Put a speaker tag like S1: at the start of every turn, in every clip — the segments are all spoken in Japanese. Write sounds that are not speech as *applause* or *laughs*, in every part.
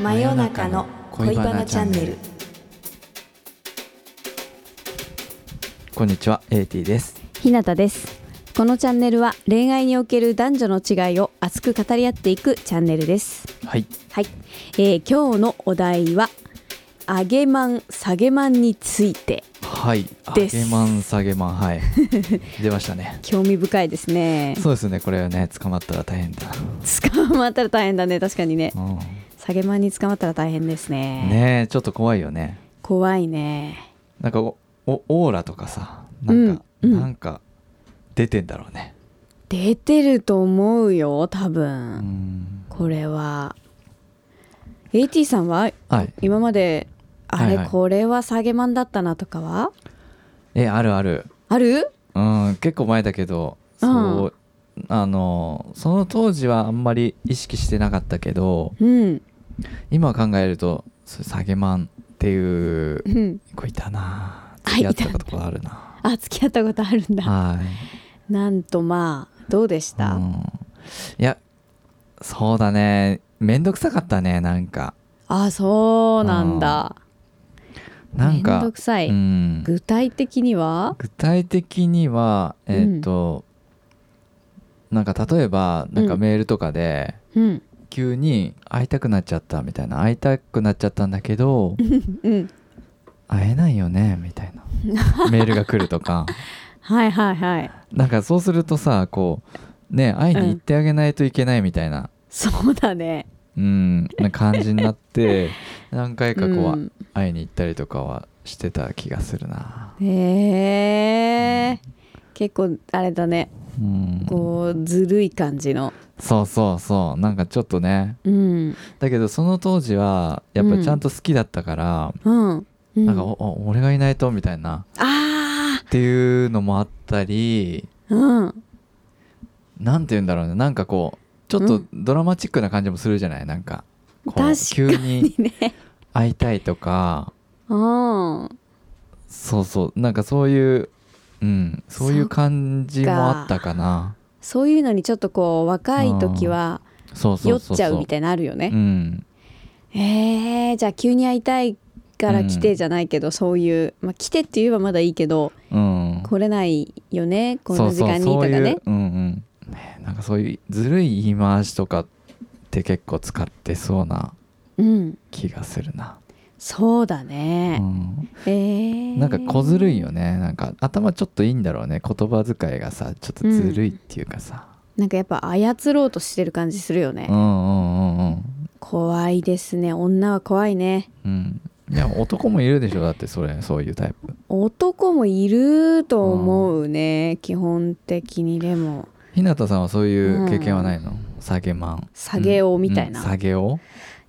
S1: 真夜中の恋バナチャンネル
S2: こんにちは、AT です。
S3: ひなたですこのチャンネルは恋愛における男女の違いを熱く語り合っていくチャンネルです
S2: はい、
S3: はい、えー今日のお題は上げまん下げまんについて
S2: はい、上
S3: です
S2: げまん下げま
S1: *laughs*
S2: ん、はい、出ましたね。
S3: 興味深いですね
S2: そうですね、これはね、捕まったら大変だ。
S3: 捕まったら大変だね確かにね
S2: うん、
S3: 下げまんに捕まったら大変ですね
S2: ねえ、ちょっと怖いよね。
S3: 怖いね
S2: なんかお、お、オーラとかさ、なんか、
S3: うんうん
S2: なんか。出てんだろうね。
S3: 出てると思うよ多
S2: う
S3: 分、
S2: ん、
S3: これは AT さんは
S2: はい、
S3: 今まであれ、
S2: はいはい
S3: これは下げまんだったなとかは
S2: え、あるある。
S3: ある
S2: うん、結構前だけど、そう。あのその当時はあんまり意識してなかったけど
S3: うん
S2: 今考えるとそれ下げまんっていう
S3: うん
S2: こういたな
S3: あ
S2: 付き合った
S3: いたんだ
S2: ことあるな
S3: あ付き合ったことあるんだ
S2: はい
S3: なんとまあどうでした、
S2: うんいやそうだねめんどくさかったねなんか
S3: あそうなんだ
S2: なん
S3: めん
S2: か
S3: どくさい、
S2: うん、
S3: 具体的には
S2: 具体的には
S3: うん
S2: えーっ、と、なんか例えばなんか
S3: うん
S2: メールとかで、
S3: うん
S2: 急に会いたくなっちゃったみたいな会いたくなっちゃったんだけど
S3: うん
S2: 会えないよねみたい
S3: *laughs*
S2: なメールが来るとか
S3: はいはいはい
S2: なんかそうするとさこうね会いに行ってあげないといけないみたいな、
S3: そうだね
S2: うん、な感じになって
S3: *laughs*
S2: 何回かこう、
S3: うん
S2: 会いに行ったりとかはしてた気がするな。
S3: へえ結構あれだね
S2: うん、
S3: こうずるい感じの
S2: そうそうそうなんかちょっとね
S3: うん
S2: だけどその当時はやっぱちゃんと好きだったから、
S3: うんうん
S2: なんかおお俺がいないとみたいな
S3: あ
S2: っていうのもあったり
S3: ーうん
S2: なんて言うんだろうねなんかこうちょっと
S3: うん
S2: ドラマチックな感じもするじゃないなんかこう
S3: 確かに
S2: 急に
S3: ね
S2: 会いたいとか
S3: うん
S2: そうそうなんかそういううんそうい
S3: そうっ
S2: 感じもあったかな
S3: そういうのにちょっとこう若い時は
S2: そうそ
S3: 酔っ
S2: うそうそう
S3: ちゃうみたいなのあるよね
S2: うん
S3: えー、じゃあ急に会いたいから来
S2: う
S3: て
S2: ん
S3: じゃないけど、そういう、まあ、来てって言えばまだいいけど
S2: うん
S3: 来れないよねこんな時間にと
S2: そうそうそ
S3: か
S2: ういう
S3: ね
S2: うんうんねなんかそういうずるい言い回しとかって結構使ってそうな
S3: うん
S2: 気がするな、
S3: そうだ
S2: う
S3: ね、
S2: ん、
S3: えー、
S2: なんか小ずるいよねなんか頭ちょっといいんだろうね言葉遣いがさちょっとずるいっていうかさ、
S3: なんかやっぱ操ろうとしてる感じするよね、
S2: うん、うんうんうん
S3: 怖いですね女は怖いね
S2: うんいや男もいるでしょだってそれそういうタイプ
S3: 男もいると思うね、基本的にでも
S2: 日向さんはそういう経験はないの、下げまん
S3: 下げをみたいな、
S2: うん下げを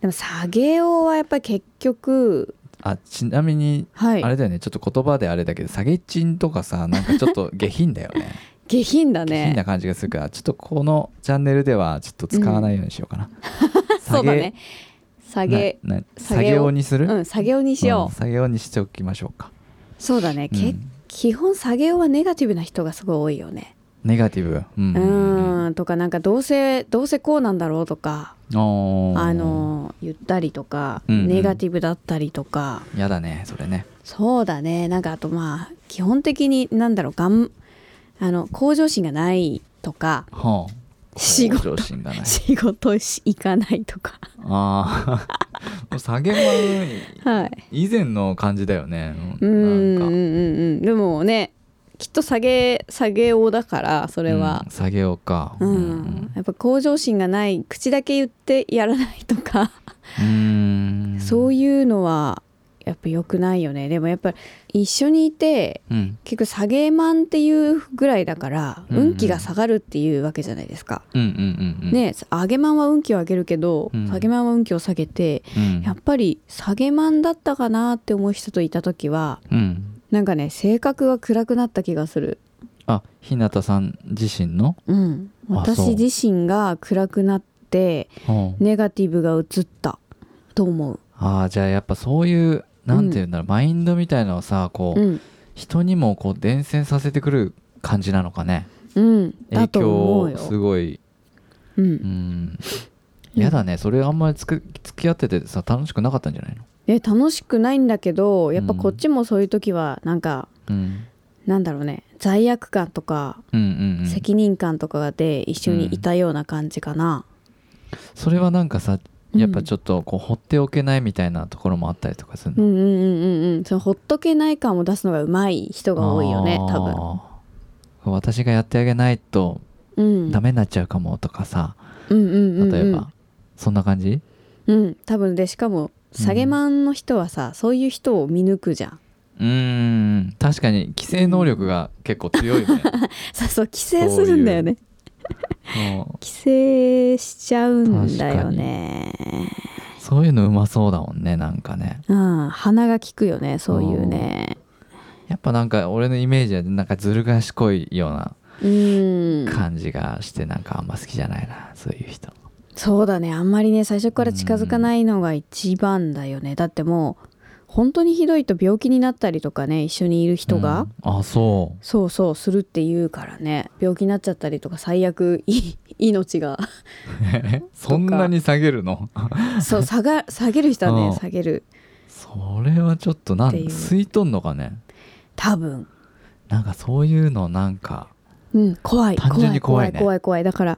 S3: でも下げようはやっぱり結局
S2: あちなみに
S3: はい
S2: あれだよねちょっと言葉であれだけど下げちんとかさなんかちょっと下品だよね
S3: 下品だ
S2: 下品
S3: *laughs* ね
S2: な感じがするからちょっとこのチャンネルではちょっと使わないようにしようかな、
S3: そうだね下
S2: 下
S3: げ
S2: げなな
S3: 下げを
S2: 下げをにする、
S3: うん下げようにしよう
S2: うん、下げをにしておきましょうか
S3: そうだね、け
S2: うん
S3: 基本下げようはネガティブな人がすごい多いよね
S2: ネガティブうん
S3: うーんとかなんかどうせどうせこうなんだろうとか
S2: おー
S3: あの言ったりとか、
S2: うんうん
S3: ネガティブだったりとか
S2: やだねそれね
S3: そうだねなんかあとまあ基本的になんだろうがんあの向上心がないとか
S2: はあ
S3: 仕事
S2: 向上心がない
S3: 仕事し行かないとか *laughs*
S2: あ *laughs* あ下げまん
S3: はい
S2: 以前の感じだよね
S3: う
S2: うんんなん
S3: うんう
S2: か
S3: んうんでもねきっと下げ下げようだからそれは
S2: うん、下げようか
S3: うん
S2: うん
S3: やっぱ向上心がない口だけ言ってやらないとか、
S2: うーん
S3: そういうのはやっぱ良くないよねでもやっぱ一緒にいて
S2: うん
S3: 結構下げマンっていうぐらいだから
S2: うんうん
S3: 運気が下がるっていうわけじゃないですか。
S2: うんうんうんうん
S3: ね上げマンは運気を上げるけど、
S2: うん
S3: 下げマンは運気を下げて
S2: うん
S3: やっぱり下げマンだったかなって思う人といた時は
S2: うん
S3: なんかね性格が暗くなった気がする。
S2: あ日向さん自身の
S3: うん、
S2: あそう
S3: 私自身が暗くなって
S2: うん
S3: ネガティブが映ったと思う。
S2: あーじゃあやっぱそういうなんていうんだろう、マインドみたいなのをさこう、
S3: うん、
S2: 人にもこう伝染させてくる感じなのかね
S3: うん、だ
S2: 影
S3: と
S2: 響
S3: 思う
S2: を
S3: よ。
S2: すごい、
S3: う、
S2: うんん、やだねそれあんまりつく付き合っててさ楽しくなかったんじゃないの
S3: え楽しくないんだけどやっぱ
S2: うん
S3: こっちもそういう時はなんか、
S2: うん
S3: なんだろうね罪悪感とか
S2: うんうんうん
S3: 責任感とかで一緒にいたような感じかな、
S2: それはなんかさ
S3: うん
S2: やっぱちょっとこう放っておけないみたいなところもあったりとかする
S3: う
S2: の
S3: ん、うんうんうんうんそのほっとけない感を出すのがうまい人が多いよね多分
S2: あー私がやってあげないと
S3: うん
S2: ダメになっちゃうかもとかさ、
S3: うんうんうんうん
S2: 例えば、そんな感じ
S3: うん多分でしかも下げマンの人はさ、そういう人を見抜くじゃん
S2: うーん確かに規制能力が結構強いよね、
S3: そうそう規制するんだよね
S2: うん
S3: 規制しちゃうんだよね
S2: そういうのうまそうだもんねなんかね
S3: うん鼻が利くよねそういうね
S2: やっぱなんか俺のイメージはなんかずる賢いような
S3: うん
S2: 感じがしてなんかあんま好きじゃないなそういう人
S3: そうだねあんまりね最初から近づかないのが一番だよねだってもう本当にひどいと病気になったりとかね一緒にいる人が、
S2: うんあそ
S3: そうそうするって言うからね病気になっちゃったりとか最悪い *laughs* 命が
S2: うそんなに下げるの
S3: そう下が下げる人は
S2: う
S3: ね
S2: ん
S3: 下げる
S2: それはちょっとなん
S3: っていう
S2: 吸いとんのかね
S3: 多分
S2: なんかそういうのなんか
S3: うん怖い
S2: 単純に怖いね
S3: 怖い怖い怖いだから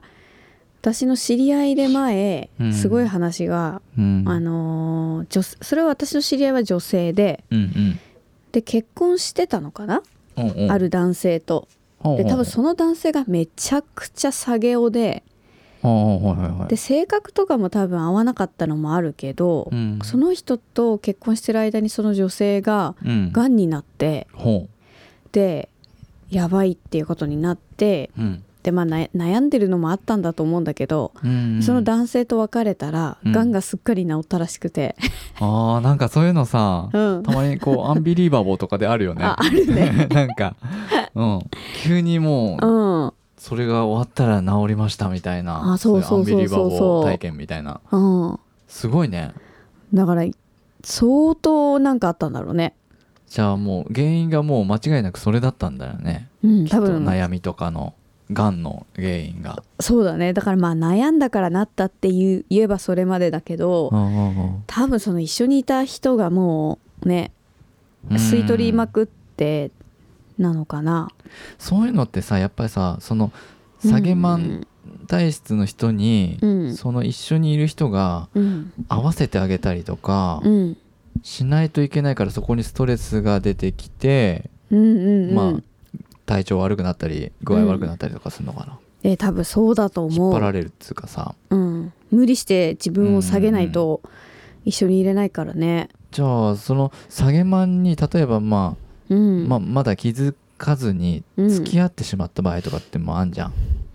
S3: 私の知り合いで前、
S2: うん
S3: すごい話が、
S2: うん
S3: あのー女それは私の知り合いは女性で
S2: うん
S3: で結婚してたのかな、
S2: うんうんうん
S3: ある男性と
S2: で
S3: で多分その男性がめちゃくちゃ下げ男で
S2: はいはいはい
S3: で性格とかも多分合わなかったのもあるけど、
S2: うん
S3: その人と結婚してる間にその女性が
S2: うん
S3: がんになって
S2: ほ
S3: でやばいっていうことになって
S2: ううん
S3: でまあな悩んでるのもあったんだと思うんだけど、
S2: うん
S3: その男性と別れたら、
S2: うん
S3: がんがすっかり治ったらしくて、
S2: あーなんかそういうのさ
S3: うん
S2: たまに
S3: *laughs*
S2: こうアンビリーバボーとかであるよね
S3: ああるね
S2: なんかうん急にも
S3: う、
S2: *laughs* うんそれが終わったら治りましたみたいな
S3: あそうそうそうそうそう
S2: いアンビリーバボー体験みたいな
S3: うん、
S2: すごいね
S3: だから相当なんかあったんだろうね、
S2: じゃあもう原因がもう間違いなくそれだったんだよね
S3: うん、
S2: きっ
S3: 多
S2: と
S3: 分
S2: 悩みとかのがんの原因が
S3: そうだねだからまあ悩んだからなったって言う言えばそれまでだけど、多分その一緒にいた人がもうね吸い取りま
S2: く
S3: くってなのかな
S2: そういうのってさやっぱりさその下げマン体質の人に、
S3: うん
S2: その一緒にいる人が
S3: うん
S2: 合わせてあげたりとか
S3: うん
S2: しないといけないからそこにストレスが出てきて、
S3: うんうんうん、
S2: まあ体調悪くなったり具合悪くなったりとかするのかな、
S3: えー多分そうだと
S2: 引っ
S3: 思
S2: 張ら
S3: う、
S2: れるっつうかさ
S3: うん、無理して自分を下げないと一緒にいれないからね、
S2: じゃあその下げマンに例えば、ま
S3: う
S2: あ
S3: ん
S2: まあまだ気づかずに
S3: うん
S2: 付き合ってしまった場合とかってもあんじゃん。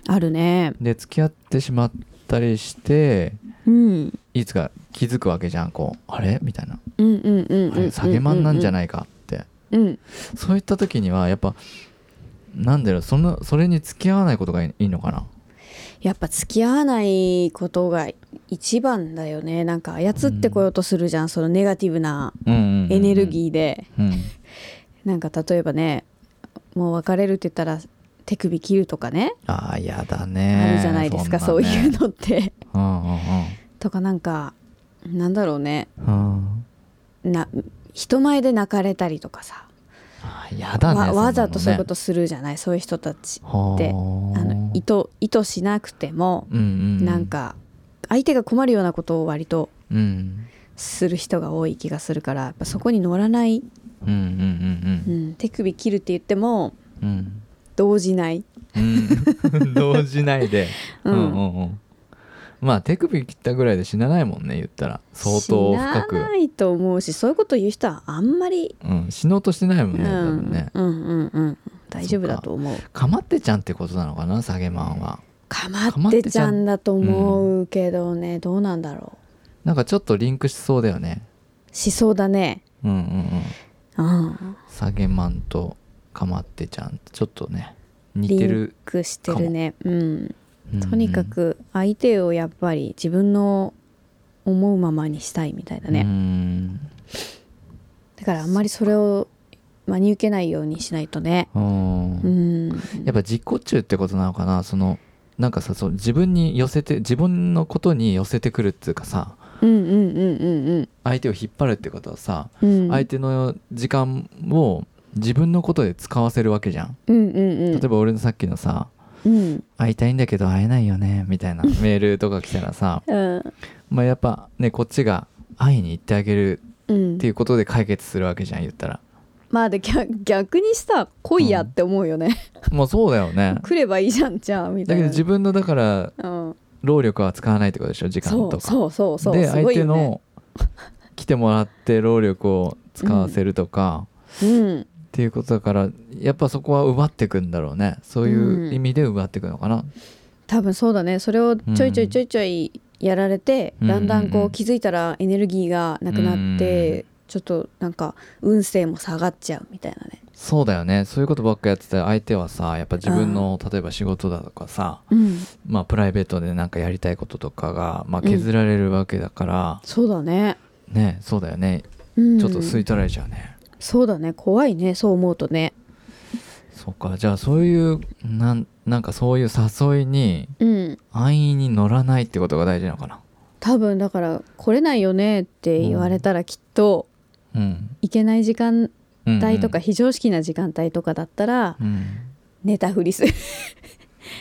S3: あるね
S2: で付き合ってしまったりして
S3: うん
S2: いつか気づくわけじゃんこうあれみたいな
S3: うんうんうんうん
S2: あれ下げマンなんじゃ
S3: い
S2: ないかって
S3: うん
S2: そういった時にはやっぱなんだろうそのそれに付き合わないことがいいのかな
S3: やっぱ付き合わないことが一番だよねなんか操ってこようとするじゃん、そのネガティブな
S2: うんうんうんうん
S3: エネルギーで、
S2: うん
S3: なんか例えばねもう別れるって言ったら手首切るとかね、
S2: ああやだ
S3: あ
S2: ね
S3: るじゃないですかそ,、ういう
S2: の
S3: のって
S2: うん
S3: とかなんかなんだろうね
S2: うんうんうん
S3: な人前で泣かれたりとかさ、
S2: あーやだね
S3: わ
S2: そんなのね
S3: わざとそういうことするじゃないそういう人たちってあ
S2: はあ
S3: の意図意図しなくても、
S2: うんうん
S3: なんか相手が困るようなことを割と
S2: うん
S3: する人が多い気がするからやっぱそこに乗らない、
S2: うんうんうん
S3: う
S2: うん
S3: ん、手首切るって言っても
S2: うん
S3: 動じない
S2: うん *laughs* 動じないで
S3: う
S2: うんんうんうんまあ手首切ったぐらいで死なないもんね言ったら相当深
S3: 死なな
S2: く
S3: いと思うしそういうこと言う人はあんまり、
S2: うん死のうとしてないもん
S3: う
S2: ね
S3: ん、う
S2: 多分
S3: ん
S2: ね
S3: うんうん大丈夫だと思う
S2: かまってちゃんってことなのかな下げマンは
S3: かまってちゃんだと思うけどね、どうなんだろう
S2: なんかちょっとリンクしそうだよね
S3: しそうだね
S2: うんうんうん
S3: うん
S2: 下げマンとかまってちゃんちょっとね似
S3: リ
S2: て
S3: ン
S2: る
S3: クしてるねうん
S2: うん
S3: とにかく相手をやっぱり自分の思うままにしたいみたいだ
S2: うんう
S3: ね、
S2: ん
S3: だからあんまりそれを真に受けないようにしないとね
S2: うん
S3: うん
S2: やっぱ自己中ってことなのかなそのなんかさそう自分に寄せて自分のことに寄せてくるっていうかさ
S3: うんうんうんうん
S2: 相手を引っ張るってことはさ、
S3: うんうん
S2: 相手の時間を自分のことで使わせるわけじゃん
S3: うんうんうん
S2: 例えば俺のさっきのさ
S3: うん
S2: 「会いたいんだけど会えないよね」みたいなメールとか来たらさ、
S3: うん
S2: まあ、やっぱねこっちが会いに行ってあげる
S3: うん
S2: っていうことで解決するわけじゃん言ったら
S3: まあで逆逆にさ来いやって思うよね、
S2: もうそうだ
S3: *laughs*
S2: よね
S3: 来ればいいじゃんじゃあみた
S2: だ
S3: い
S2: け
S3: な
S2: ど自分のだから
S3: うん、
S2: 労力は使わないってことでしょ時間
S3: そ
S2: と
S3: う
S2: か
S3: そうそうそう
S2: です相
S3: ごい
S2: 手
S3: よね、
S2: の来てもらって労力を使わせるとか、
S3: うん、
S2: っていうことだからやっぱそこは奪ってくんだろうねそういう意味で奪ってくのかな、
S3: 多分そうだねそれをちょいちょいちょいちょいやられて、
S2: うん
S3: だんだん
S2: うん
S3: こ
S2: う
S3: うん気づいたらエネルギーがなくなって、ちょっとなんか運勢も下がっちゃうみたいなね
S2: そうだよねそういうことばっかやってたら相手はさやっぱ自分の例えば仕事だとかさ
S3: うん
S2: まあプライベートでなんかやりたいこととかが、まあ、削られるわけだから、
S3: そうだね、
S2: ねそうだよね
S3: うん、
S2: ちょっと吸い取られちゃうね、
S3: そうだね怖いねそう思うとね
S2: そうかじゃあそういうなんなんかそういう誘いに
S3: うん
S2: 安易に乗らないってことが大事なのかな
S3: 多分だから来れないよねって言われたらきっと
S2: うん
S3: いけない時間
S2: うんうん
S3: 帯とか非常識な時間帯とかだったら
S2: うん
S3: 寝たふりす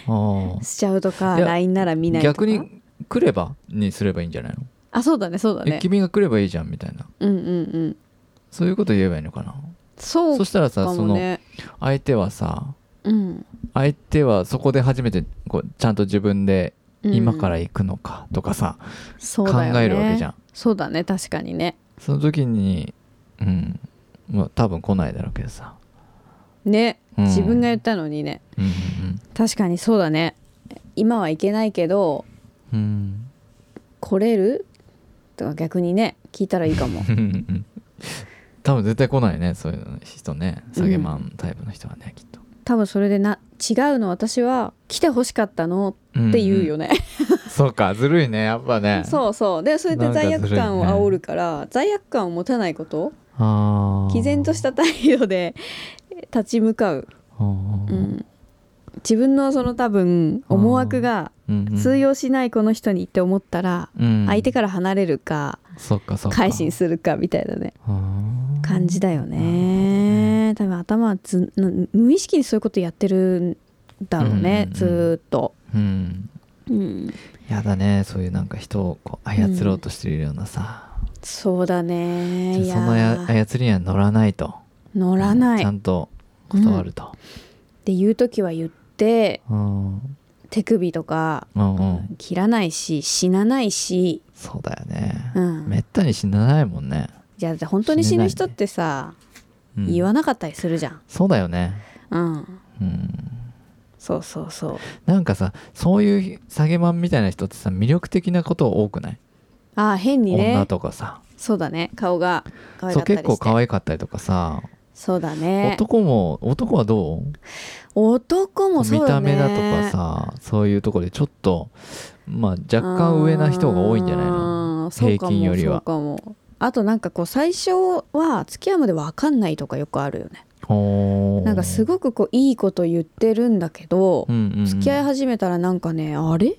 S2: ああ
S3: しちゃうとか
S2: いや
S3: LINE なら見ないとか
S2: 逆に来ればにすればいいんじゃないの
S3: あそうだねそうだ
S2: え
S3: ね
S2: 君が来ればいいじゃんみたいな
S3: うんうんうん
S2: そういうこと言えばいいのかな
S3: そう
S2: そしたら
S3: か
S2: さそ
S3: も
S2: の
S3: ね
S2: 相手はさ
S3: うん
S2: 相手はそこで初めてこうちゃんと自分で
S3: うん
S2: 今から行くのかとかさ、
S3: そう
S2: 考
S3: だよね
S2: えるわけじゃん
S3: そうだね確かにね
S2: その時にうんまあ多分来ないだろうけどさ、
S3: ね
S2: うん
S3: 自分が言ったのにね
S2: うんうん
S3: 確かにそうだね今はいけないけど
S2: うんうん
S3: 来れるとか逆にね聞いたらいいかも
S2: うんうん *laughs* 多分絶対来ないねそういう人ね下げマンタイプの人はね、きっと。
S3: 多分それでな違うの私は来て欲しかったのって言うよね、
S2: うんうんそうかずるいねやっぱね
S3: *laughs* そうそうでそれで罪
S2: なんか
S3: 悪
S2: ずるいね
S3: 感を煽るから罪悪感を持たないこと
S2: あー
S3: 毅然とした態度で立ち向かう、
S2: うん
S3: うん自分のその多分
S2: あー
S3: 思惑が
S2: うんうん
S3: 通用しないこの人にって思ったら、
S2: うん
S3: 相手から離れるか
S2: そっかそっか
S3: 改心するかみたいなね
S2: あー
S3: 感じだよね多分頭はずな無意識にそういうことやってるんだろうね、
S2: うんうんうん
S3: ずーっと、
S2: うん
S3: うん、
S2: やだねそういうなんか人をこう操ろうとしているようなさ、
S3: そうだねい
S2: じゃ
S3: や
S2: あそのや
S3: ー
S2: 操りには乗らないと
S3: 乗らない
S2: ちゃ
S3: っ
S2: んと断ると、
S3: て言う時は言って
S2: うん、
S3: 手首とか
S2: うんうん
S3: 切らないし死なないし、
S2: そうだよね、
S3: うん
S2: めったに死なないもんね、
S3: じゃあ本当に死ぬ人ってさ、
S2: うん
S3: 言わなかったりするじゃん
S2: そうだよね
S3: うん
S2: うん
S3: そうそうそう
S2: なんかさそういう下げマンみたいな人ってさ魅力的なこと多くない、
S3: ああ変に
S2: 女
S3: ね
S2: とかさ
S3: そうだね顔が可愛
S2: そ
S3: か
S2: う
S3: ったりして
S2: 結構可愛かったりとかさ、
S3: そうだね
S2: 男も男はどう
S3: 男もそう
S2: 見
S3: だ
S2: た
S3: ね
S2: 目だとかさそういうところでちょっとまあ若干上な人が多いんじゃないの
S3: うんそうか
S2: 平
S3: も
S2: 均より
S3: そう
S2: は
S3: かもあとなんかこう最初は付き合うまで分かんないとかよくあるよねな
S2: なん
S3: かすごくこういいこと言ってるんだけど、
S2: く
S3: 付き合い始めたらなんかねあれ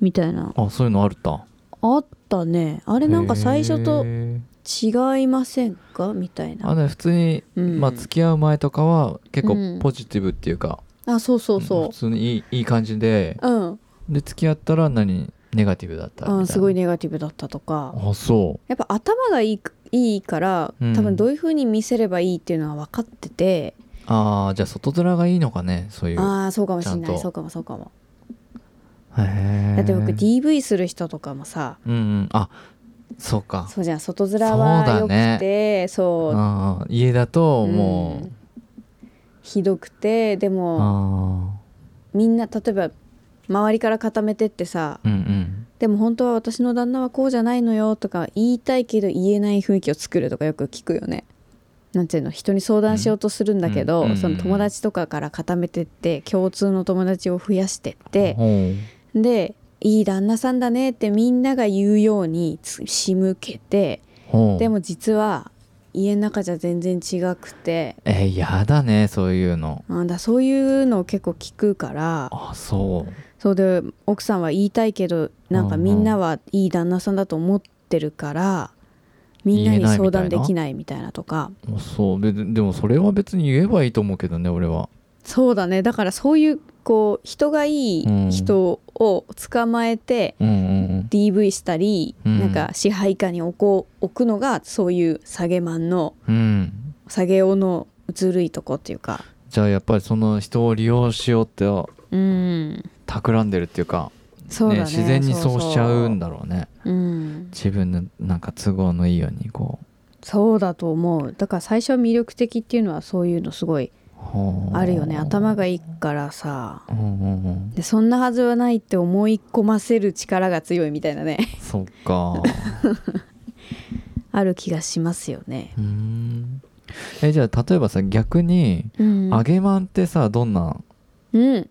S3: みたいな
S2: あそういうのあるった
S3: あったねあ
S2: あ
S3: れなんか最初と
S2: あ
S3: 違いませんかみたいな
S2: のね普通に
S3: うん
S2: まあ付き合う前とかは結
S3: うん
S2: 構ポジティブっていうか
S3: あそうそう
S2: うん
S3: そ
S2: 普通にいいいい感じで
S3: ううん、
S2: で付き合ったら何ネガティブだったみた
S3: う
S2: い
S3: ん、
S2: な
S3: すごいネガティブだったとか
S2: あそう
S3: やっぱ頭がいいいいから
S2: うん
S3: 多分どういう風に見せればいいっていうのは分かってて、
S2: あーじゃあ外面がいいのかねそういう
S3: ああそうかもしんな
S2: ちゃん
S3: い
S2: と
S3: そうかもそうかも
S2: へ
S3: だって僕
S2: ー
S3: DV する人とかもさ
S2: うんうんあそうか
S3: そうじゃん外面は
S2: そ
S3: 良
S2: うだね
S3: くてそう,、
S2: ああ家だともう、
S3: うんひどくてでも
S2: あ
S3: みんな例えば周りから固めてってさ
S2: あうんうん
S3: でも本当は私の旦那はこうじゃないのよとか言いたいけど言えない雰囲気を作るとかよく聞くよね。なんていうの人に相談しようとするんだけど、
S2: うんうん
S3: その友達とかから固めてって共通の友達を増やしてって
S2: ほう
S3: でいい旦那さんだねってみんなが言うようにつ仕向けて
S2: ほう
S3: でも実は家の中じゃ全然違くて
S2: えーやだねそういうの
S3: なんだそういうのを結構聞くから
S2: あそう
S3: そうで奥さんは言いたいけどなんかみんなはいい旦那さんだと思ってるからみんなに相談できないみたいなとか
S2: あそうでででもそれは別に言えばいいと思うけどね俺は
S3: そうだねだからそういうこう人がいい人を捕まえて
S2: うん
S3: DV したり、
S2: うん
S3: なんか支配下に置こう置くのがそういう下げマンの
S2: うんうんうん
S3: 下げ男のずるいとこっていうか
S2: じゃあやっぱりその人を利用しようって
S3: うん
S2: 企んでるっていうか
S3: そうだね
S2: 自然にそうしちゃうんだろうね
S3: そうそううん
S2: 自分のなんか都合のいいようにこう
S3: そうだと思うだから最初は魅力的っていうのはそういうのすごい
S2: ほう
S3: あるよね頭がいいからさ
S2: うんうんうん
S3: でそんなはずはないって思い込ませる力が強いみたいなね *laughs*
S2: そっか
S3: ある気がしますよね
S2: うーんえじゃあ例えばさ逆に
S3: うん
S2: 揚げまんってさどんな
S3: うん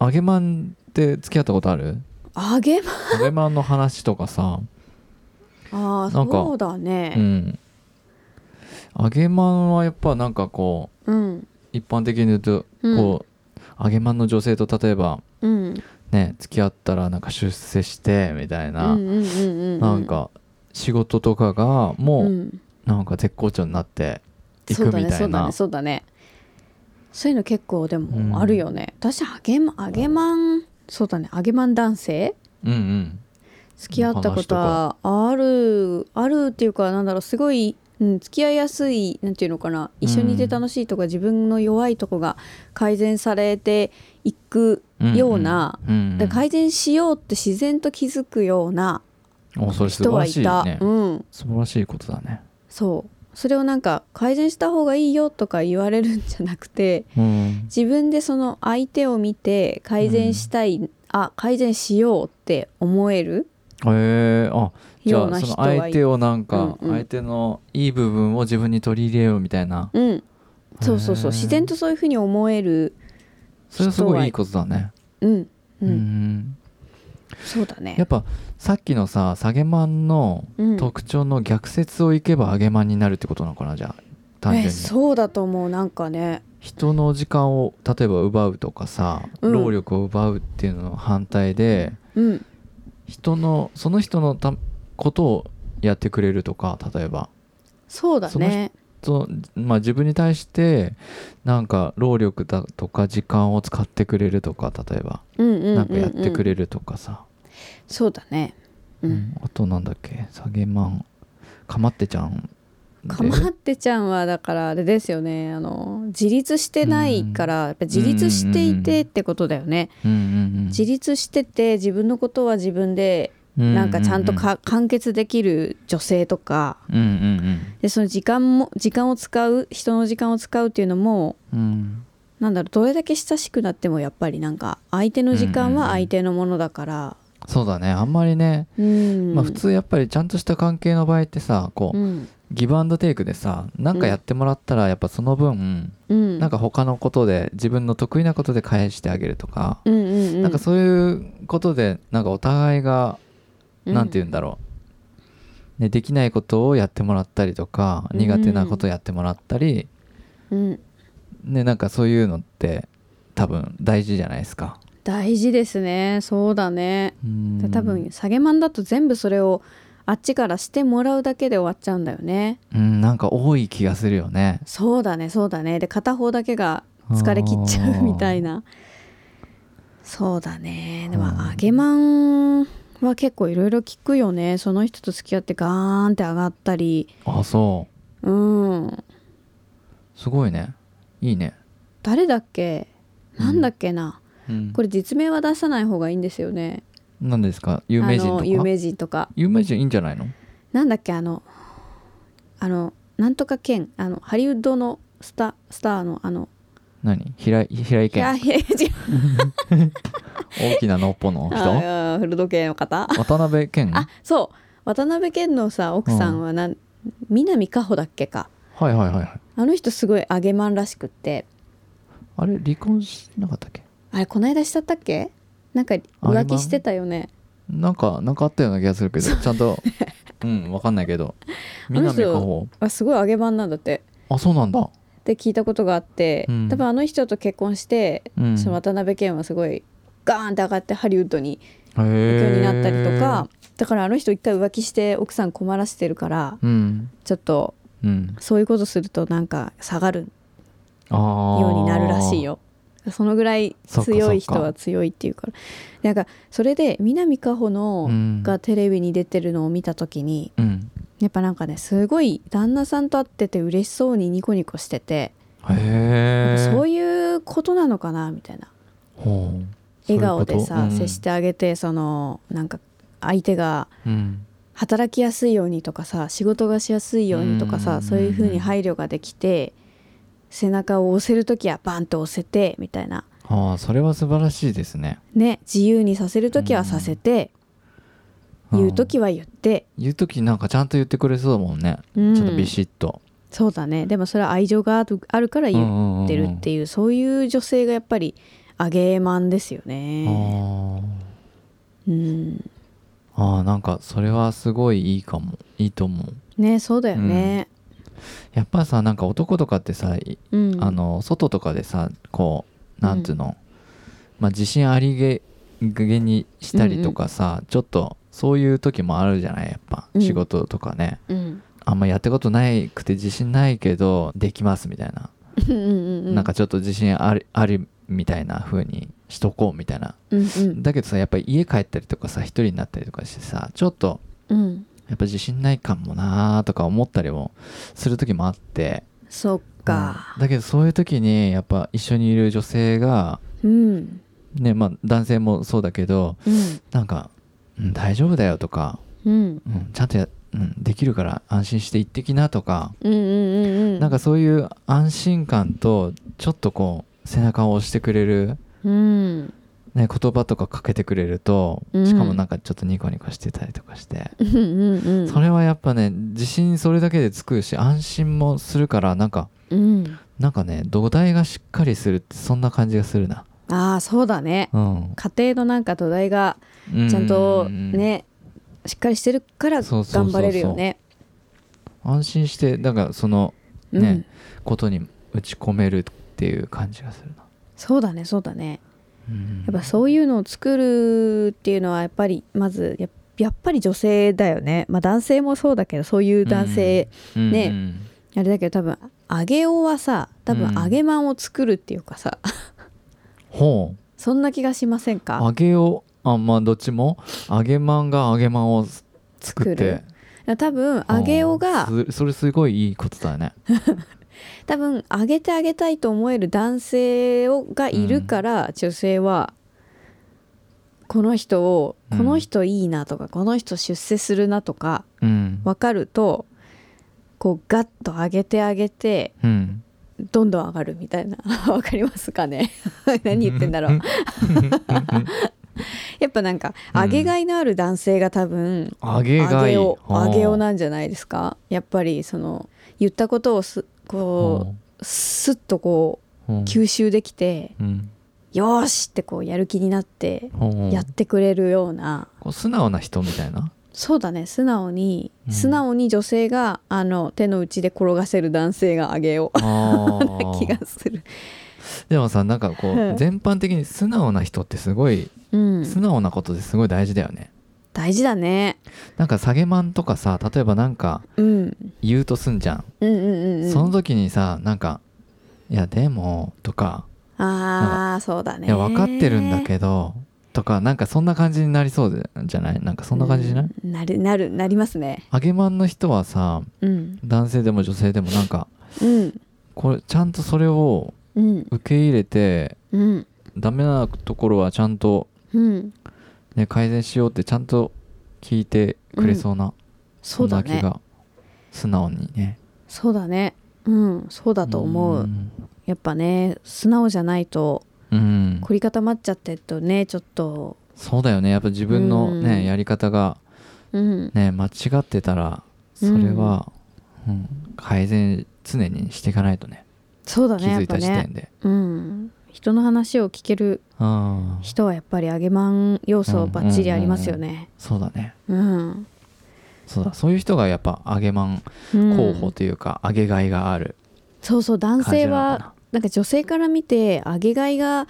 S2: 揚げまんって付き合ったことあ
S3: *laughs*
S2: る
S3: 揚げま
S2: 揚げまんの話とかさ
S3: あー
S2: なんか
S3: そうだ
S2: う
S3: ね
S2: ん揚げまんはやっぱなんかこう
S3: うん
S2: 一般的に言うと
S3: うん
S2: こう、揚げまんの女性と例えば
S3: うん
S2: ね付き合ったらなんか出世してみたいな、
S3: うんうんうんうん、
S2: なんか仕事とかがも
S3: う
S2: うんなんか絶好調になってい
S3: そう
S2: くみ
S3: だね
S2: た
S3: そだ
S2: いうな
S3: ねそうだねそういうの結構で
S2: うん
S3: もあるよね、私揚げま揚げまんそうだね揚げまん男性
S2: うんうん
S3: 付き合ったことはあるあるっていうかなんだろうすごい、うん、付き合いやすいなんていうのかな一緒にいて楽しいとか、自分の弱いとこが改善されていく
S2: うんうん
S3: ような、
S2: うんうん
S3: だから改善しようって自然と気づくような
S2: おそれ
S3: 人
S2: 素晴
S3: は
S2: ら
S3: い
S2: しい
S3: た
S2: ね、
S3: うん、
S2: 素晴らしいことだね
S3: そうそれをなんか改善した方がいいよとか言われるんじゃなくて
S2: うん
S3: 自分でその相手を見て改善したい、あ改善しようって思える
S2: へえあじ
S3: よ
S2: ゃ
S3: うな
S2: あそ
S3: 人
S2: の
S3: はい
S2: 相手をなんか
S3: うんうん
S2: 相手のいい部分を自分に取り入れようみたいな
S3: うんそうそうそう
S2: へー
S3: 自然とそういうふうに思える
S2: それはすごいいいことだね
S3: うんうん、
S2: うん
S3: そうだね
S2: やっぱさっきのさ下げまんの
S3: うん
S2: 特徴の逆説をいけば上げまんになるってことなのかなじゃあ単純
S3: え
S2: に
S3: そうだと思うなんかね
S2: 人の時間を例えば奪うとかさ、
S3: うん
S2: 労力を奪うっていうのの反対で
S3: うん
S2: 人のその人のたことをやってくれるとか例えば
S3: そうだ
S2: その
S3: ね
S2: そのまあ、自分に対してなんか労力だとか時間を使ってくれるとか例えば
S3: うんうんうん、うん、
S2: なんかやってくれるとかさ、
S3: そうだねう
S2: うんんあとなんだっけ下げまんかまってちゃんで
S3: かまってちゃんはだからあれですよねあの自立してないからやっぱ自立していてってことだよね、
S2: うんうん
S3: 自立してて自分のことは自分で
S2: うん、
S3: なんかちゃんとか、完結できる女性とか
S2: うんうん
S3: でその時間も時間を使う人の時間を使うっていうのも
S2: うんうん
S3: なんだろうどれだけ親しくなってもやっぱりなんか相手の時間
S2: うんうんう
S3: は
S2: ん
S3: 相手のものだから
S2: そうだねあんまりね
S3: うん
S2: まあ普通やっぱりちゃんとした関係の場合ってさこう、
S3: うん
S2: ギブアンドテイクでさなんかやってもらったらやっぱその分、
S3: うん
S2: なんか他のことで自分の得意なことで返してあげるとか、
S3: うんうんうん
S2: なんかそういうことでなんかお互いが
S3: うん
S2: なんて言うんだろう、ね、できないことをやってもらったりとか
S3: うん
S2: 苦手なことやってもらったり、
S3: うん
S2: ねなんかそういうのって多分大事じゃないですか。
S3: 大事ですねそうだね
S2: うん
S3: で多分下げマンだと全部それをあっちからしてもらうだけで終わっちゃうんだよね
S2: うんなんか多い気がするよね。
S3: そうだねそうだねで片方だけが疲れ切っちゃ
S2: あー
S3: うみたいなそうだねでも
S2: うん
S3: 揚げまんは結構いろいろ聞くよねその人と付き合ってガーンって上がったり
S2: あそう
S3: うん
S2: すごいねいいね。
S3: 誰だっけなんだっけな、
S2: うん
S3: これ実名は出さない方がいいんですよね
S2: 何ですか有名人と
S3: あの
S2: か
S3: 有名人とか
S2: 有名人いいんじゃないの
S3: なんだっけあのあのなんとかケンあのハリウッドのスタスターのあの
S2: 何平井平井
S3: いや
S2: 堅
S3: いや違う
S2: 大きなのっぽの人
S3: *laughs* あーフル時計の方
S2: 渡辺謙は
S3: あそう渡辺謙のさ奥さんはなん、南果歩だっけか
S2: いはいはいはい
S3: あの人すごい揚げマンらしくって
S2: あれ離婚しなかったっけ
S3: あれこないだしちゃったっけなんか浮気してたよね
S2: なんかなんかあったような気がするけどちゃ
S3: *laughs*
S2: んとうんわかんないけど南
S3: あ
S2: か
S3: の
S2: ほ
S3: 人あすごい揚げマンなんだって
S2: あそうなんだ
S3: って聞いたことがあって、
S2: うん
S3: 多分あの人と結婚して、
S2: うん
S3: その渡辺謙はすごいガーンって上がってハリウッドに行くよう
S2: に
S3: になったりとかだからあの人一回浮気して奥さん困らせてるから
S2: うん
S3: ちょっと
S2: うん
S3: そういうことするとなんか下がる
S2: あー
S3: ようになるらしいよそのぐらい強い人
S2: そっかそ
S3: は
S2: っ
S3: 強いっていうからなんかそれで南果歩
S2: う
S3: の
S2: ん
S3: がテレビに出てるのを見た時に
S2: うん
S3: やっぱなんかねすごい旦那さんと会ってて嬉しそうにニコニコしてて
S2: へえ
S3: そういうことなのかなみたいな
S2: ほう
S3: 笑顔で
S2: そういう
S3: さ
S2: こと
S3: 接してあげてそのなんか相手が
S2: うん
S3: 働きやすいようにとかさ仕事がしやすいようにとか
S2: うん
S3: さそういう風に配慮ができて背中を押せる時はバンと押せてみたいな
S2: ああそれは素晴らしいですね
S3: ね自由にさせる時はさせて、
S2: うん
S3: 言う時は言って、
S2: 言う時なんかちゃんと言ってくれそうだもんね
S3: うん
S2: ちょっとビシッと
S3: そうだねでもそれは愛情があるあるから言
S2: 言
S3: ってるっていう,、そういう女性がやっぱりアゲーマンですよね。うん、
S2: ああなんかそれはすごいいいかもいいと思う
S3: ねそうだよね。
S2: やっぱさなんか男とかってさ、い
S3: うん
S2: あの外とかでさこうなんていうの、まあ自信ありげげにしたりとかさ、ちょっとそういう時もあるじゃないやっぱ
S3: うん
S2: 仕事とかね、
S3: うん
S2: あんまやったことないくて自信ないけどできますみたいな、
S3: うんうんうん
S2: なんかちょっと自信あるあるみたいな風にしとこうみたいな
S3: うんうん
S2: だけどさやっぱり家帰ったりとかさ一人になったりとかしてさちょっと
S3: うん
S2: やっぱ自信ないかもなーとか思ったりもする時もあって
S3: そっか
S2: うんだけどそういう時にやっぱ一緒にいる女性が
S3: うん
S2: ねまあ男性もそうだけど
S3: うん
S2: なんか、うん大丈夫だよとか、
S3: うん
S2: うん、ちゃんとや、うん、できるから安心して行ってきなとか、
S3: うんうんうんうん
S2: なんかそういう安心感とちょっとこう背中を押してくれる、
S3: うん
S2: ね、言葉とかかけてくれると
S3: うん
S2: しかもなんかちょっとニコニコしてたりとかして、
S3: うんうんうん
S2: それはやっぱね自信それだけでつくし安心もするからなんか
S3: うん
S2: なんかね土台がしっかりするってそんな感じがするな。
S3: ああそうだね
S2: うん、
S3: 家庭のなんか土台がちゃんとねしっかりしてるから
S2: そうそうそうそ
S3: 頑張れ
S2: う
S3: るよね。
S2: 安心してだからその
S3: う
S2: ね
S3: ん、
S2: ことに打ち込めるっていう感じがするな、
S3: そうだねそうだね。
S2: うん
S3: やっぱそういうのを作るっていうのはやっぱりまずややっぱり女性だよね。まあ男性もそうだけどそういう男性、
S2: うん
S3: ねあれだけど多分揚げおはさ多
S2: うん
S3: 分揚げまんを作るっていうかさ、
S2: ほう
S3: そんな気がしませんか
S2: 揚げをあまあどっちも揚げまんが揚げまんを作って
S3: 多分揚げおが
S2: うんすそれすごいいいことだね
S3: 多分上げてあげたいと思える男性をがいるから、女性はこの人を
S2: うん
S3: この人いいなとか、この人出世するなとか
S2: うん、
S3: 分かるとこうガッと上げてあげて
S2: うん、
S3: どんどん上がるみたいな *laughs* わかりますかね *laughs* 何言ってんだろうやっぱなんか
S2: うん
S3: 上げがいのある男性が多分
S2: 揚げ
S3: 上
S2: がい
S3: げを上げを
S2: い
S3: なんじゃないですかやっぱりその言ったことをす *laughs* こうスッとこう
S2: うん
S3: 吸収できて、
S2: うん
S3: よーしってこうやる気になって
S2: うん
S3: やってくれるような、
S2: こう素直な人みた
S3: *laughs*
S2: いな
S3: そうだね素直に、
S2: うん
S3: 素直に女性があの手の内で転がせる男性があげよう
S2: あ
S3: な
S2: ー
S3: 気がする。
S2: でもさなんかこ
S3: う
S2: うん全般的に素直な人ってすごい
S3: うん、
S2: 素直なことですごい大事だよね
S3: 大事だね。
S2: なんか下げまんとかさ例えばなんか
S3: うん、
S2: 言うとすんじゃん、
S3: うんうんうん
S2: その
S3: うん。
S2: 時にさなんか「いやでも」とか
S3: ああそうだ
S2: 「
S3: ね。
S2: いや分かってるんだけど」とかなんかそんな感じになりそうでじゃないなんかそんな感じじゃない、
S3: うんなるなるなりますね。
S2: 上げまんの人はさ
S3: うん
S2: 男性でも女性でもなんか
S3: うん
S2: これちゃんとそれを
S3: うん
S2: 受け入れて
S3: うん
S2: ダメなところはちゃんと、
S3: うん。
S2: ね、改善しようってちゃんと聞いてくれそうな、
S3: そうん
S2: な
S3: だ
S2: 気
S3: ね。
S2: が素直にね。
S3: そうだね。うんそうだと思う。
S2: ん
S3: やっぱね素直じゃないと
S2: うん、
S3: 凝り固まっちゃってるとねちょっと
S2: そうだよねやっぱ自分の
S3: う
S2: ね、
S3: ん
S2: やり方が
S3: うん
S2: ね間違ってたらそれは、うん改善常にしていかないとね
S3: そうだね
S2: 気づいた時
S3: やっぱ
S2: 点
S3: ね
S2: で、
S3: うん人の話を聞ける
S2: ああ
S3: 人はやっぱりあげまん要素ばっちりありますよね
S2: そうだね
S3: うん
S2: そうだそういう人がやっぱ揚げまん
S3: うん
S2: 候補というか、揚げがいがある
S3: そうそう男
S2: 感じ
S3: 性
S2: なのか
S3: は
S2: な
S3: なんか女性から見てあげがいが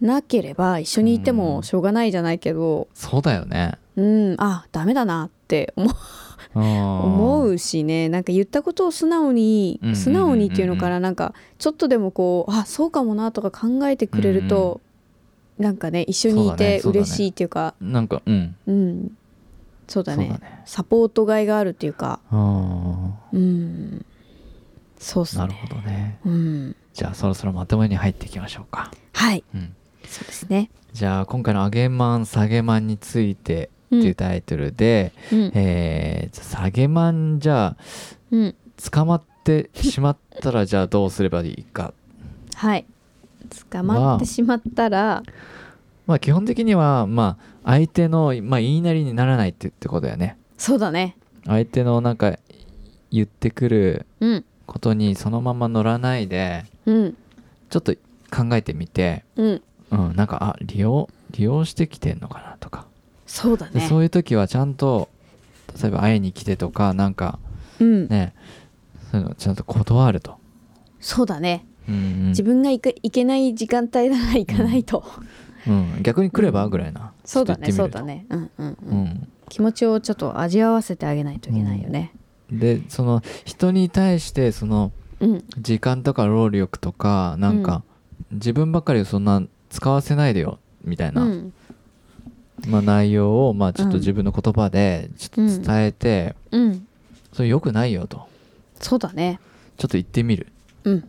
S3: なければ一緒にいてもしょうがないじゃないけど、
S2: そうだよね
S3: うん、あダメだなって思う思
S2: 思
S3: うしねなんか言ったことを素直に
S2: うんうんうんうん
S3: 素直にっていうのからなんかちょっとでもこうあそうかもなとか考えてくれると、なんかね一緒にいて
S2: そうだねそうだね
S3: 嬉しいっていうか
S2: なんかうん
S3: うんそうだね
S2: そうだね
S3: サポートがいがあるっていうか
S2: あ
S3: うんそうっす
S2: ーなる
S3: ね
S2: ほどね
S3: うん
S2: じゃあそろそろまとめに入っていきましょうか、
S3: はい
S2: うん、
S3: そうですね
S2: じゃあ今回の「上げまん下げまんについて」
S3: う
S2: っていうんタイトルで、
S3: うん
S2: えーじゃあ下げまんじゃあ
S3: うん
S2: 捕まってしまったらじゃあどうすればいいか *laughs*
S3: はい捕まってしまったら
S2: まあ基本的にはまあ相手の、まあ、言いなりにならないってってことだよね
S3: そうだね
S2: 相手のなんか言ってくる
S3: うん
S2: ことにそのまま乗らないで
S3: うん
S2: ちょっと考えてみて、
S3: うん
S2: うん、なんかあ利用利用してきてんのかなとか、
S3: そうだ
S2: で
S3: ね
S2: そういう時はちゃんと例えば会いに来てとかなんか
S3: うん
S2: ねそういうのちゃんと断ると、
S3: そうだね
S2: うんうん
S3: 自分が行く行けない時間帯なら行かないと、
S2: うん、逆に来ればぐらいな、
S3: *laughs* そうだ
S2: ち
S3: ね
S2: ょ
S3: そ
S2: っ
S3: う
S2: と
S3: だ
S2: 行ってみる
S3: ねうんうん
S2: と
S3: うん、気持ちをちょっと味合わせてあげないといけないよね
S2: うん、でその人に対してその
S3: うん
S2: 時間とか労力とかなんか、自分ばっかりそんな使わせないでよみたいうな、
S3: ん
S2: まあ、内容をまあちょっと
S3: うん
S2: 自分の言葉でちょっと伝えて、
S3: うん
S2: それ良くないよと
S3: そうだね
S2: ちょっと言ってみる、
S3: うん、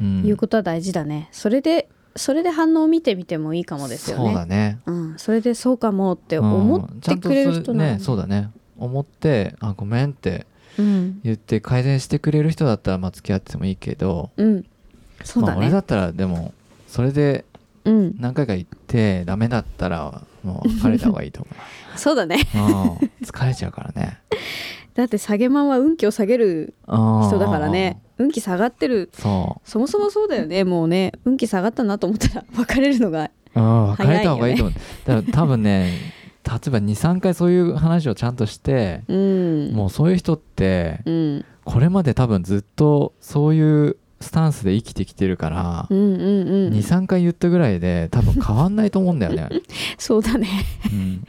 S2: うん、
S3: いうことは大事だねそれでそれで反応を見てみてもいいかもですよね
S2: そうだね
S3: うん、それでそうかもって
S2: うん
S3: 思っ
S2: ちゃ
S3: て
S2: んと
S3: くれる
S2: そ
S3: 人
S2: れ
S3: なの
S2: ねそうだね思ってあごめんって
S3: うん
S2: 言って改善してくれる人だったらまあ付き合ってもいいけど
S3: うんそうだ
S2: まあ、俺だ
S3: ね
S2: ったらでもそれで
S3: うん
S2: 何回か行ってダメだったらもう別れた方がいいと思
S3: *laughs*
S2: う
S3: そうだね
S2: ああ疲れちゃうからね
S3: だって下げまんは運気を下げる人
S2: 人
S3: だからね運気下がってる
S2: そ
S3: そもそもそうだよねもうね運気下がったなと思ったら *laughs* 別れるのが
S2: う、うん、別
S3: 早
S2: れ
S3: いよね
S2: た方がいいと思う、だから多分ね例えば23回そういう話をちゃんとして、
S3: うん
S2: もうそういう人って
S3: うん
S2: これまで多分ずっとそういうスタンスで生きてきてるから
S3: う、んうんうん
S2: 23回言ったぐらいで多分変わんないと思うんだよね、
S3: そうだね
S2: うん、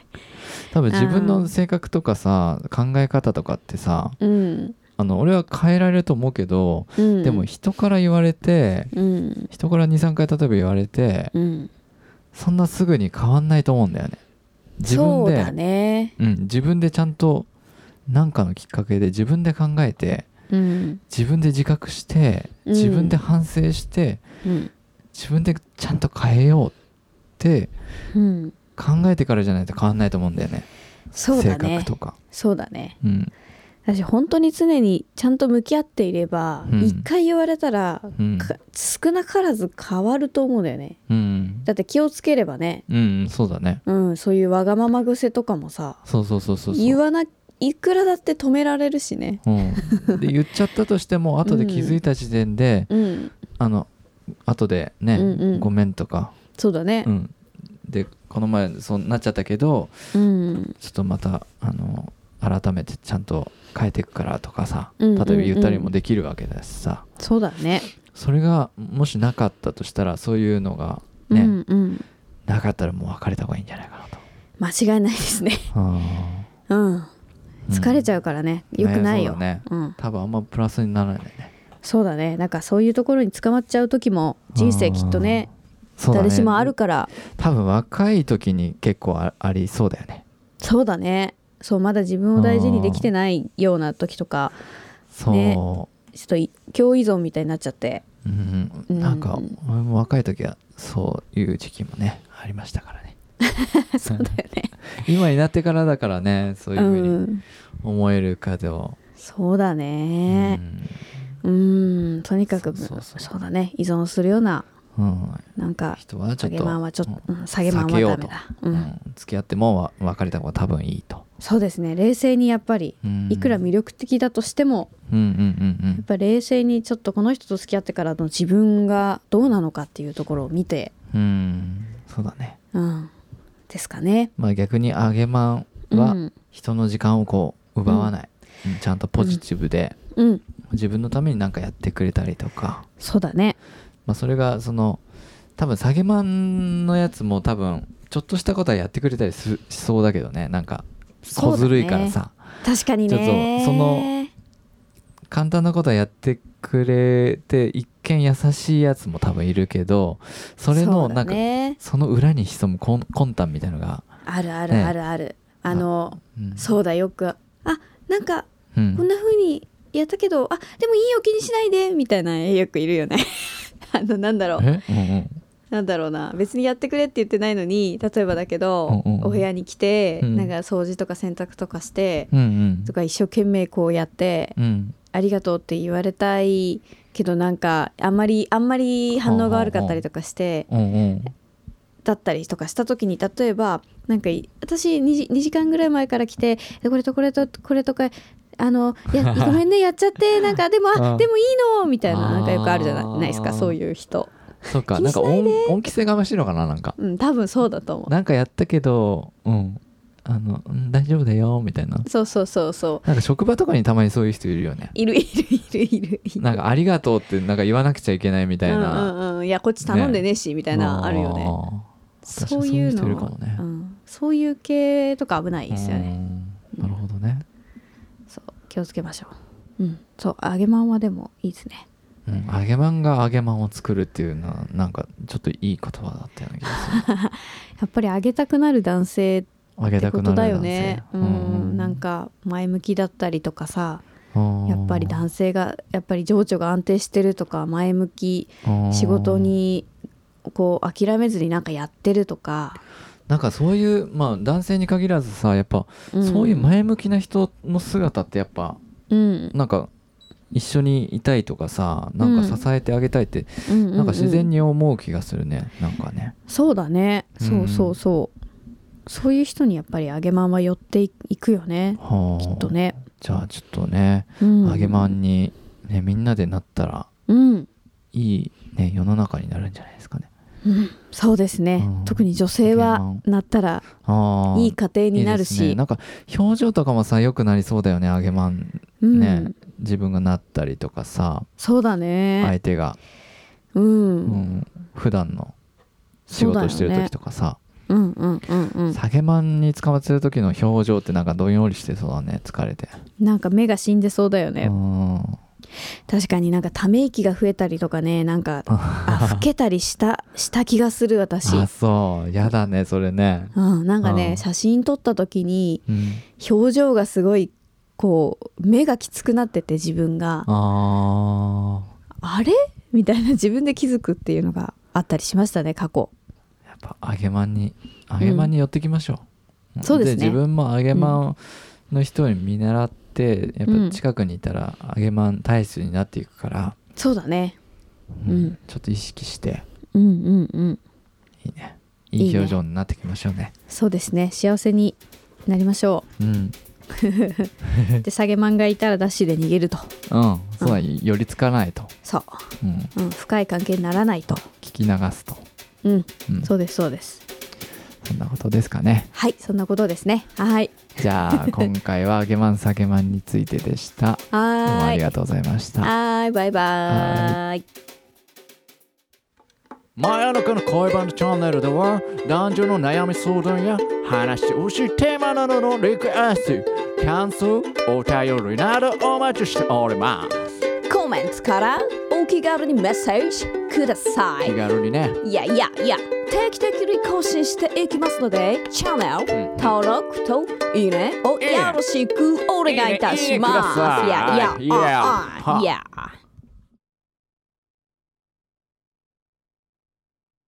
S2: 多分自分の性格とかさ考え方とかってさ
S3: うん
S2: あの俺は変えられると思うけど、
S3: うん
S2: でも人から言われて
S3: うん
S2: 人から23回例えば言われて
S3: うん
S2: そんなすぐに変わんないと思うんだよね自分
S3: そう
S2: で
S3: だね
S2: うん、自分でちゃんと何かのきっかけで自分で考えて
S3: うん
S2: 自分で自覚して
S3: うん
S2: 自分で反省して、
S3: うん
S2: 自分でちゃんと変えようって
S3: うん
S2: 考えてからじゃないと変わんないと思うんだよね
S3: そうだ
S2: 性
S3: ね
S2: 格とか、
S3: そうだね
S2: うん
S3: 私本当に常にちゃんと向き合っていれば
S2: うん
S3: 一、回言われたら、
S2: うん
S3: か少なからず変わると思うんだよね
S2: うん
S3: だって気をつければね
S2: うん、そうだね
S3: うんそういうわがまま癖とかもさ
S2: そうそうそうそうそう
S3: 言わないくらだって止められるしね
S2: うん、で言っちゃったとしても後で気づいた時点で、
S3: うん
S2: あの後でね、
S3: うんうん
S2: ごめんとか、
S3: そうだね
S2: うん、でこの前そうなっちゃったけど
S3: うん
S2: ちょっとまたあの改めてちゃんと変えていくからとかさ
S3: うん
S2: 例
S3: うん
S2: え
S3: う
S2: ば
S3: ん
S2: 言ったりもできるわけだしさ、
S3: そうだね
S2: それがもしなかったとしたらそういうのがね、
S3: うんうん
S2: なかったらもう別れた方がいいんじゃないかなと。
S3: 間違いないですね
S2: あ
S3: うん
S2: ー
S3: 疲れち
S2: う
S3: ゃ
S2: ん
S3: うからね、良くないよ、
S2: ねそうだね
S3: うん、
S2: 多分あんまプラスにならないね
S3: そうだねなんかそういうところに捕まっちゃう時も人生きっとね
S2: そうだね
S3: 誰しもあるから
S2: 多分若い時に結構あありそうだよね
S3: そうだねそうまだ自分を大事にできてないような時とか
S2: そう、
S3: ねちょっとい強依存みたいになっちゃって
S2: うん、
S3: うん
S2: なんか俺も若い時はそういう時期もねありましたから
S3: *laughs*
S2: ねそうだよね今になってからだからねそういうふうに
S3: ん
S2: 思えるかでも、
S3: そうだ
S2: う
S3: ね
S2: ん
S3: うんとにかく
S2: そうそうそう
S3: そうだね依存するような
S2: うん、
S3: なんか
S2: 人はち
S3: 下
S2: ょっ
S3: げ
S2: と
S3: まんはちょっと、
S2: うん
S3: うん、下げまんはダメだ
S2: う
S3: うんん、
S2: 付き合ってもわ別れた方が多分いいと、
S3: そうですね冷静にやっぱり
S2: うん
S3: いくら魅力的だとしても
S2: うんうん
S3: やっぱ冷静にちょっとこの人と付き合ってからの自分がどうなのかっていうところを見て、
S2: うんうんうんそうだね
S3: うん、ですかね。
S2: まあ逆に揚げまん
S3: う
S2: は
S3: ん
S2: 人の時間をこう奪わない、うんちゃんとポジティブで、
S3: うん、
S2: 自分のために何かやってくれたりとか、
S3: そうだね。
S2: まあ、それがその多分下げマンのやつも多分ちょっとしたことはやってくれたりするしそうだけどねなんか
S3: そう
S2: 小
S3: だね
S2: ずるいからさ、
S3: 確かに
S2: ちょっと
S3: ね
S2: その簡単なことはやってくれて一見優しいやつも多分いるけどそれ
S3: そ
S2: の
S3: うだ
S2: なんかそ,、
S3: ね、
S2: の裏に潜むこん魂胆みたいのが、
S3: あるある
S2: ね
S3: あるある、あの
S2: うん
S3: そうだよくあなんか
S2: うん
S3: こんな風にやったけど、あでもいいよ気にしないでみたいなよくいるよね *laughs* あのなんだろう
S2: えうんうん
S3: なんだろうな別にやってくれって言ってないのに例えばだけど、
S2: うんうんうん
S3: お部屋に来て、
S2: うん
S3: なんか掃除とか洗濯とかして、
S2: うんうん
S3: とか一生懸命こうやって、
S2: うん
S3: ありがとうって言われたいけどなんかあんまりあんまり反応が悪かったりとかして、
S2: うんうん
S3: だったりとかした時に例えばなんかい私 2, 2時間ぐらい前から来てえこれとこれとこれとかあのい
S2: *laughs*
S3: やごめんねやっちゃってなんかでも
S2: う
S3: あ
S2: ん
S3: でもいいのみたいななんかよくあるじゃな
S2: あ
S3: い
S2: ー
S3: ないですかそういう人、
S2: そうか
S3: 気に
S2: なん
S3: し
S2: か
S3: ない
S2: 恩
S3: で
S2: 恩着せがましいのかななんか
S3: うん、多分そうだと思
S2: なんかやったけどうんあのうん大丈夫だよみたいな
S3: うそうそうそうそう
S2: なんか職場とかにたまにそういう人いるよね
S3: いるいるいるいるいる
S2: なんかありがとうってなんか言わなくちゃいけないみたいな、
S3: うんうんうん、いやこっち頼んでねえしみたいなあるよね
S2: ね
S3: そういう
S2: 私はそういう人いる
S3: の
S2: かもね
S3: うん、そういう系とか危ないですよね
S2: うんなるほどね、
S3: そう気をつけましょううんそう揚げまんはでもいいですね
S2: うん、揚げまんが揚げまんを作るっていうのはなんかちょっといい言葉だったような気がする
S3: *laughs* やっぱり揚げたくなる男性って
S2: 揚げ
S3: って
S2: た
S3: こ
S2: くな
S3: と
S2: る
S3: だよ
S2: 男性
S3: ねうんなんか前向きだったりとかさやっぱり男性がやっぱり情緒が安定してるとか前向き仕事にこう諦めずになんかやってるとか、
S2: なんかそういうまあ男性に限らずさやっぱそういう前向きな人の姿ってやっぱ
S3: うん
S2: なんか一緒にいたいとかさなんか支えてあげたいって
S3: ううう
S2: なんか自然に思う気がするねなんかね
S3: そうだね
S2: うん
S3: そうそうそう、そういう人にやっぱり揚げまんは寄っていくよね
S2: は
S3: き
S2: あ
S3: っとね、
S2: じゃあちょっとね
S3: うん、
S2: 揚げまんにねみんなでなったら
S3: うん、
S2: いいね世の中になるんじゃないですかね
S3: うん、そうですね、
S2: うん
S3: 特に女性はなったら
S2: ああ
S3: いい家庭になるし
S2: いいですねなんか表情とかもさ良くなりそうだよね揚げまん
S3: うん
S2: ね、自分がなったりとかさ
S3: そうだね、
S2: 相手が、
S3: うん、
S2: うん、普段の仕事してる時とかさ、
S3: うんうんうんうん
S2: 下げまんに捕まってる時の表情ってなんかどんよりしてそうだね疲れて、
S3: なんか目が死んでそうだよね、
S2: うん
S3: 確かになんかため息が増えたりとかねなんかあ老けたりしたした気がする私
S2: *laughs* あそうやだねそれね、
S3: うん、なんかね、
S2: うん
S3: 写真撮った時に
S2: うん、
S3: 表情がすごいこう目がきつくなってて自分が
S2: あー
S3: あれみたいな自分で気づくっていうのがあったりしましたね過去
S2: やっぱ揚げまんに揚げまんに寄ってきましょう、
S3: そうですね
S2: 自分も揚げまんの人に見習って、やっぱ近くにいたら揚げまん体質になっていくから、
S3: そうだね
S2: うん
S3: うん
S2: ちょっと意識して
S3: うんうんうん
S2: いいね
S3: い
S2: い
S3: い
S2: い
S3: ね
S2: 表情になってきましょうね
S3: そうですね幸せになりましょ
S2: うん
S3: うで下げ漫画いたらダッシュで逃げると
S2: うんそうだ寄りつかないと、
S3: そ
S2: うん、
S3: う、うん、深い関係にならないと
S2: 聞き流すと、
S3: うん
S2: うん、
S3: そうですそうです
S2: そんなことですかね
S3: はいそんなことですねはい
S2: じゃあ今回は揚げまん下げまんについてでしたどうも
S3: は
S2: あ
S3: ー
S2: り
S3: い
S2: がとうございました
S3: はーいバイバーイ
S2: 真夜中の恋バナチャンネルでは男女の悩み相談や話してほしいテーマなどのリクエスト感想お便りなどお待ちしております
S3: コメントからお気軽にメッセージくださ
S2: 気
S3: い
S2: 軽にね
S3: いやいやいや定期的に更新していきますのでチャンネル登録といいねをよろしくお願いいたします
S2: いいねいいねください
S3: やいや
S2: いや
S3: ああいや